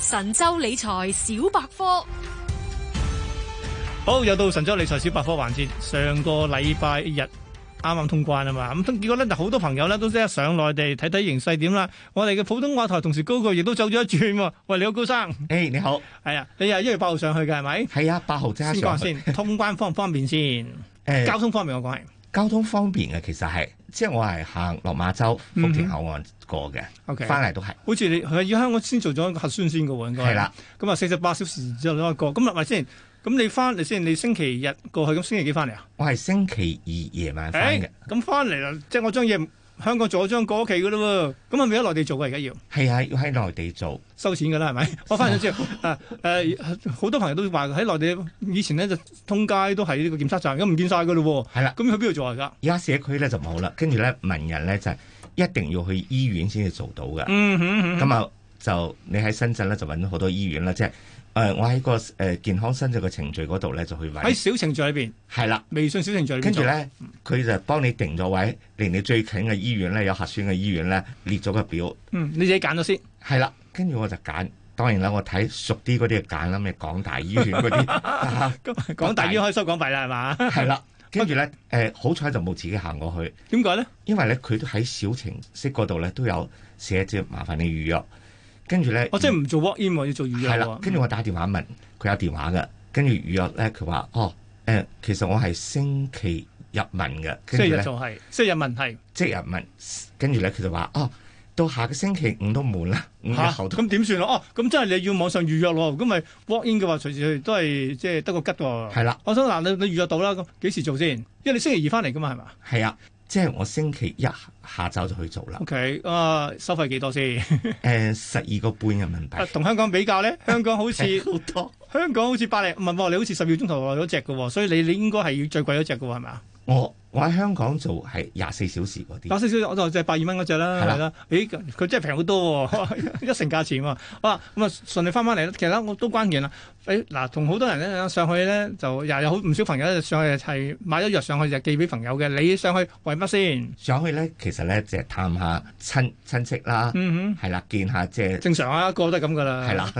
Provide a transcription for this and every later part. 神州理財小百科。好，又到神州理財小百科環節。上個禮拜日啱啱通關啊嘛，咁結果咧就好多朋友咧都即刻上內地睇睇形勢點啦。我哋嘅普通話台同事高炬亦都走咗一轉喎。喂，你好，高 生，誒、你好，係啊，你又一月八號上去嘅係咪？係啊，八號即刻先上講去。先，通關方唔方便先？誒交通方面我講係交通方便嘅其實係，即係我係行落馬洲福田口岸過嘅， OK 翻嚟都係。好似你係要香港先做咗核酸先嘅喎，應該係啦。咁啊，四十八小時之後先可以過。咁啊，咪先。咁你翻嚟先，你星期日過去，咁星期幾翻嚟啊？我係星期二夜晚翻嘅誒，，哎咁翻嚟啦，即係我張嘢香港做咗張過屋企嘅咯喎。咁係咪喺內地做嘅而家要？係啊，要喺內地做。收錢㗎啦，係咪？ 我翻咗之 後，啊誒，好多朋友都話喺內地以前咧就通街都係呢個檢測站，而家唔見晒㗎咯係啦喎。，咁去邊度做啊？而家？而家社區咧就冇啦，跟住咧文人咧就係一定要去醫院先至做到嘅。嗯哼哼咁啊、就你喺深圳咧就揾到好多醫院啦，即係誒、我喺個誒、健康深圳嘅程序嗰度咧就去喺揾，小程序裏邊，係啦。微信小程序裏邊跟住做，咧，佢就幫你定咗位，連你最近嘅醫院咧，有核酸嘅醫院咧，列咗個表，嗯，你自己揀咗先。係啦。跟住我就揀，當然啦，我睇熟啲嗰啲就揀啦，咩港大醫院嗰啲，咁講大啲可以收港幣啦，係嘛？係啦。跟住咧，誒、好彩就冇自己行過去，點解咧？因為咧佢都喺小程式嗰度咧都有寫住麻煩你預約。跟住咧，我真係唔做 walk in 喎，要做預約係啦。跟喎。住我打電話問佢有電話嘅，跟住預約咧，佢話哦，誒、其實我係星期日問嘅，即係跟住日咧。做係，即係日文係即日問，跟住咧佢就話：哦，到下個星期五都滿啦，五日嚇後都咁點算啊？哦，咁真係你要網上預約咯，咁咪 walk in 嘅話，隨時都係即係得個吉喎。係啦，我想嗱，你你預約到啦，咁幾時做先？因為你星期二翻嚟㗎嘛，係嘛？係啊，即係我星期一下晝就去做啦 O。K，啊，收費幾多先？誒，十二個半人民嗯啊幣，同香港比較咧，香港 好似好多。香港好似百零，唔係喎，你好似十二個鐘頭內嗰只嘅喎，所以你你應該係要最貴嗰只嘅喎，係咪啊？我我喺香港做係廿四小時嗰啲，打少少，我就即係百二蚊嗰只啦，係啦係啦。咦，佢真係平好多喎， 一成價錢喎。好啦，咁啊順利翻翻嚟啦。其實我都關鍵啦。誒嗱，同好多人咧上去咧，就又有好唔少朋友咧上去係買咗藥上去就寄俾朋友嘅。你上去為乜先？上去咧其實咧就係探下親親戚啦，嗯係啦，見下即哼，係正常啊，個個都係咁噶啦。係啦，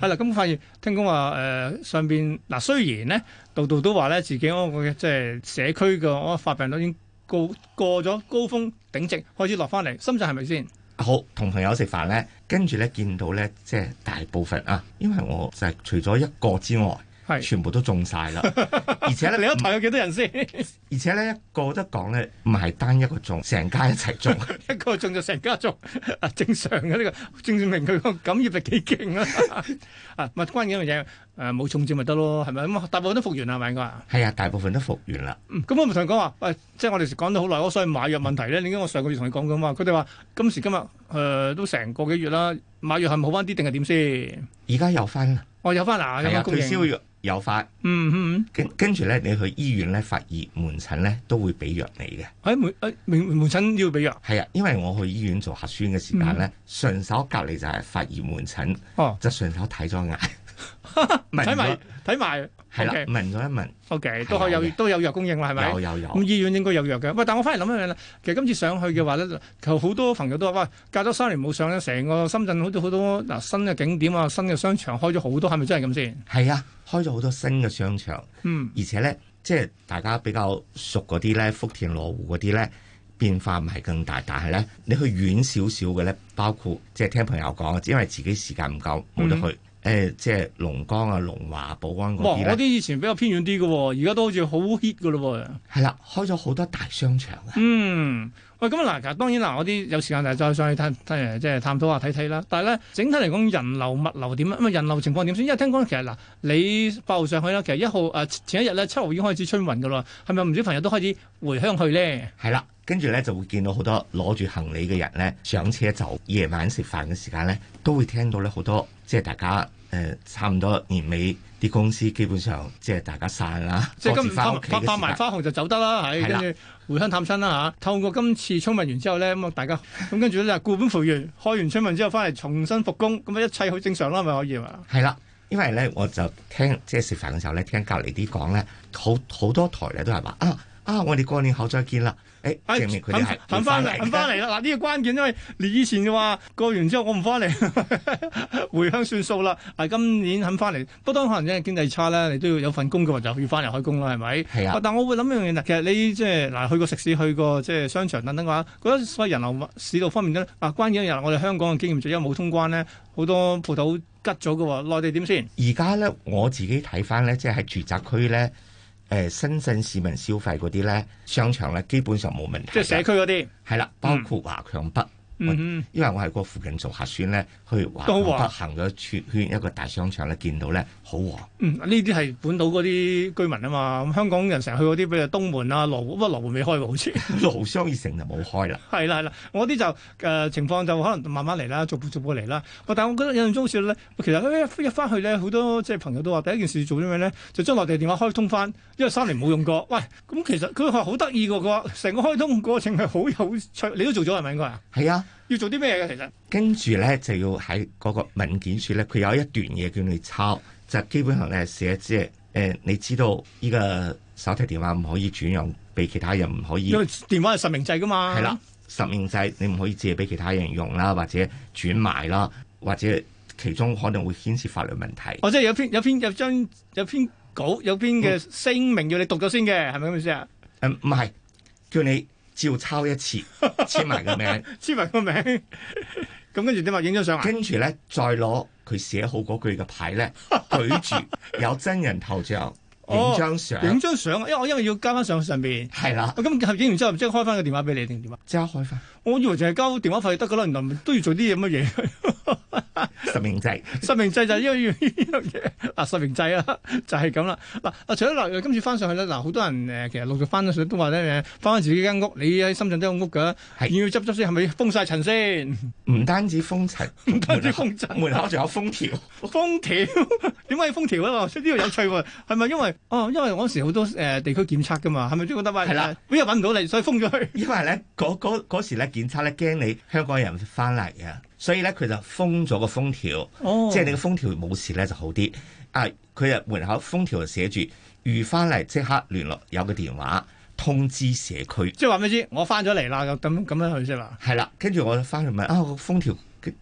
係啦，咁發現聽講話誒上邊嗱，雖然咧度度都話咧自己嗰個嘅即係社區嘅嗰個發病率已經高過咗高峰頂值，開始落翻嚟。深圳係咪先？好同朋友食飯咧，跟住咧見到咧即係大部分啊，因為我就係除咗一個之外，係。全部都中 晒啦，而且咧你一排有幾多人先？而且咧，一個得講咧，唔係單一個中，成家一 齊中。一個中就成家中， 啊正常嘅呢、個，證明佢個感染力幾勁啦。啊， 咪關鍵一樣嘢，誒、冇重症咪得咯，係咪？咁大部分都復原啦，係咪應該啊？係啊，大部分都復原啦。嗯咁我咪同佢講話，喂、即係我哋講咗好耐，我所以買藥問題咧，點解我上個月同你講咁嘛？佢哋話今時今日誒、都成個幾月啦，買藥係咪好翻啲定係點先？而家有翻啦，我、有翻嗱，有係啊，翻供退燒應。藥有翻。嗯嗯嗯，跟跟住咧，你去醫院咧發熱門診咧，都會俾藥你嘅。喺門喺門門診要俾藥，係啊，因為我去醫院做核酸嘅時間嗯咧，順手隔離就係發熱門診，哦，就順手睇咗眼，問睇埋咗睇埋係啦， OK 問咗一問， ，OK，都可以有係有嘅都有藥供應啦，係咪？有有咁有，醫院應該有藥嘅。喂，但我翻嚟諗一樣啦，其實今次上去嘅話咧，就好多朋友都話：哇，隔咗三年冇上咧，成個深圳好似好多嗱新嘅景點啊、新嘅商場開咗好多，係咪真係咁先？係啊，開咗好多新嘅商場。嗯，而且咧，即係大家比較熟嗰啲咧，福田羅湖嗰啲咧變化唔係更大，但係咧你去遠少少嘅咧，包括即係聽朋友講，因為自己時間唔夠冇嗯得去，誒、即係龍崗啊、龍華、寶安哇！嗰嗰啲哦啲咧，以前比較偏遠啲嘅喎，而家都好似好 hit 嘅咯喎。係啦，開咗好多大商場啊，嗯，喂，咁嗱，其實當然嗱，我啲有時間就再上去探，探即係探討下睇睇啦。但係咧，整體嚟講，人流物流點啊？咁啊，人流情況點先？因為聽講其實嗱，你八號上去啦，其實一號誒、呃前一日咧，七號已經開始春運嘅啦，係咪唔少朋友都開始回鄉去咧？係啦，跟住咧就會見到好多攞住行李嘅人咧上車走，夜晚食飯嘅時間咧都會聽到咧好多即係大家誒、差唔多年尾啲公司基本上即係大家散啦，即係各今日自返拍屋企拍嘅拍時埋間花紅就走得啦，係係跟啦住回鄉探親啦嚇。透過今次春運完之後咧，咁啊大家咁跟住咧固本復原，開完春運之後翻嚟重新復工，咁啊一切好正常啦，咪可以啊嘛？係啦，因為咧我就聽即係食飯嘅時候咧，聽隔離啲講咧，好好多台咧都係話啊啊，我哋過年後再見啦，誒哎證明佢肯哋係會翻翻嚟，肯嚟翻嚟 啦！嗱，呢個關鍵，因為你以前就話過完之後我唔翻嚟， 回鄉算數啦。啊，今年肯翻嚟，不當可能因為經濟差啦，你都要有份工嘅話就要翻嚟開工啦，係咪？係啊啊，但我會諗一樣嘢嗱，其實你即係嗱去過食肆、去過即係商場等等嘅話，覺得所謂人流市道方面咧，嗱關鍵一樣我哋香港嘅經驗就因為冇通關咧，好多鋪頭吉咗嘅喎，內地點先？而家咧我自己睇翻咧，即係喺住宅區咧，誒、深圳市民消費嗰啲咧，商場咧基本上冇問題即係嘅。社區嗰啲，係啦，包括華強北。嗯因為我喺嗰附近做核酸咧，去華強都北旺行咗圈圈一個大商場咧，見到咧好旺。 嗯，呢啲係本島嗰啲居民啊嘛，咁香港人成日去嗰啲，譬如東門啊、羅湖，不過羅湖未開喎，好似。 路商業城就冇開啦。係啦係啦，我啲就誒、呃情況就可能慢慢嚟啦，逐步逐步嚟啦。喂但係我覺得印象中好似咧，其實一一翻去咧，好多即係朋友都話第一件事要做啲咩咧，就將內地電話開通翻，因為三年冇用過。喂，咁其實佢話好得意個個，成個開通過程係好有趣。你都做咗係咪應該啊？係啊，要做啲咩嘅其實？跟住咧就要喺嗰個文件處咧，佢有一段嘢叫你抄，就基本上咧寫即係誒，你知道呢個手提電話唔可以轉讓俾其他人，唔可以因為嗯電話係實名制噶嘛。係啦，，實名制你唔可以借俾其他人用啦，或者轉賣啦，或者其中可能會牽涉法律問題。哦我即係有篇有篇有張有篇稿有篇嘅聲明要你讀咗先嘅，係咪咁意思啊？誒唔係，叫你照抄一 次，簽埋個名，簽埋個名， 咁跟住點啊？影張相啊？跟住咧再攞佢寫好嗰句嘅牌 咧，舉住有真人頭像，影張哦影相，張相啊，因為我因為要加翻上上邊。係啦，啊咁合影完之後，即刻開翻個電話俾你定點啊？即刻開翻我以為淨係交電話費得噶啦，原來都要做啲嘢乜嘢？ 實名制。實名制就係因為呢樣嘢嗱，實名制啊， 就係咁啦。嗱，啊除咗嗱，今次翻上去咧，嗱好多人誒、呃其實陸續翻咗上去都話咧，翻翻自己間屋，你喺深圳都有屋㗎，要係要執執先，係咪封晒塵先？唔單止封 塵，唔單止封塵門口仲有封條。封 條點解要封條咧？呢個有趣喎，係咪因為哦？因為嗰時好多誒、呃地區檢測㗎嘛，係咪都覺得喂，係啦呃，邊日揾唔到你，所以封咗佢。 因為咧嗰嗰嗰時咧檢測咧驚你香港人翻嚟啊，所以咧佢就封咗個封條，哦即係你個封條冇事咧就好啲。啊，佢入門口封條就寫住遇翻嚟即刻聯絡，有個電話通知社區。即係話咩知？我翻咗嚟啦，咁咁咁樣去啫嘛。係啦，跟住我翻去問啊，個封條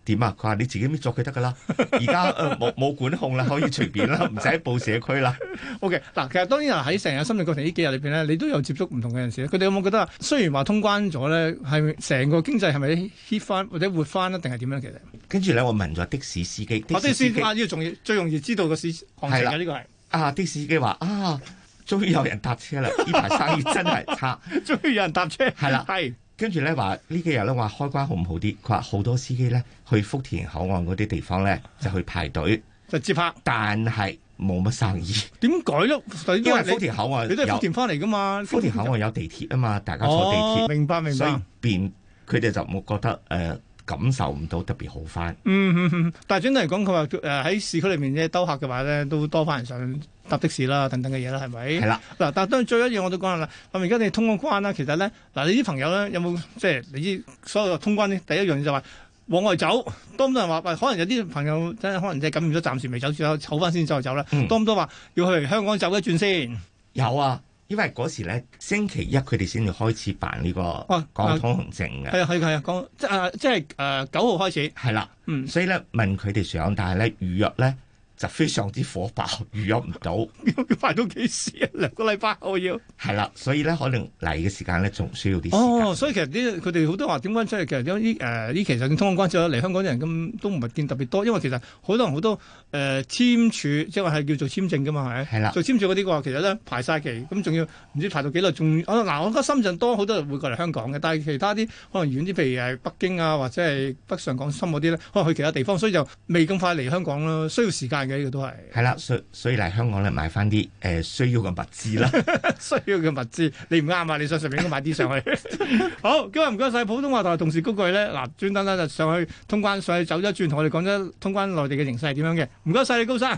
點啊？佢話你自己搣咗佢得㗎啦，而家呃冇冇管控啦，可以隨便啦，唔使報社區啦。 O.K. 嗱，其實當然啦，喺成日深圳過程呢幾日裏邊咧，你都有接觸唔同嘅人士咧。佢哋有冇覺得啊雖然話通關咗咧，係成個經濟係咪 hit 翻或者活翻啊咧，定係點樣？其實跟住咧，我問咗的士司機，我的啲士司機先啊，呢個重要最容易知道個市行情係嘅啦呢個係，啊，的士司機話啊，終於有人搭車啦，呢排生意真係差。 終於有人搭車係 啦係跟住咧話呢幾日咧話開關好唔好啲？佢話好多司機咧去福田口岸嗰啲地方咧就去排隊，就接客但係冇乜生意，點改咧？因因為為福你田口岸你都係福有田翻嚟噶嘛？福田口岸有地鐵啊嘛，大家坐地哦，鐵，明白明所以白。變佢哋就冇覺得誒、呃感受唔到特別好翻。嗯嗯嗯，但係總體嚟講，佢話誒喺市區裏面咧兜客嘅話咧，都多翻人上搭的士啦，等等嘅嘢啦，係咪？係啦，嗱，但係當然最一樣我都講啦，咁而家你通過關啦，其實咧，嗱你啲朋友咧有冇即係你啲所有通關咧第一樣嘢就話往外走，多唔多人話喂，可能有啲朋友真係可能即係感染咗，暫時未走住，好翻先再走啦。嗯多唔多話要去香港走一轉先？有啊，因為嗰時咧星期一佢哋先至開始辦呢個港通行證嘅，係啊係啊係啊，講即係啊即係誒九號開始， 係啦，嗯，所以咧問佢哋上，但係咧預約咧就非常之火爆，預約唔到。要排到幾時啊？兩個禮拜我要。係啦，所以咧可能嚟嘅時間咧仲需要啲時間。哦，所以其實啲佢哋好多話點解即係其實因為呢誒呢期就算通關之後嚟香港啲人咁都唔係見特別多，因為其實好多人好多誒、呃、簽署，即係話係叫做簽證噶嘛，係咪？係啦做簽證嗰啲嘅話，其實咧排晒期，咁仲要唔知排到幾耐，仲我嗱，我覺得深圳多好多人會過嚟香港嘅，但係其他啲可能遠啲，譬如誒北京啊，或者係北上廣深嗰啲咧，可能去其他地方，所以就未咁快嚟香港咯，需要時間嘅呢個都係係啦，所以所以嚟香港咧買翻啲誒需要嘅物資啦。 需要嘅物資。你唔啱啊，你想上面應該買啲上去。好，今日唔該晒普通話台同事嗰句咧，嗱專登咧就上去通關上去走咗一轉，同我哋講咗通關內地嘅形勢係點樣嘅。唔該晒你高生，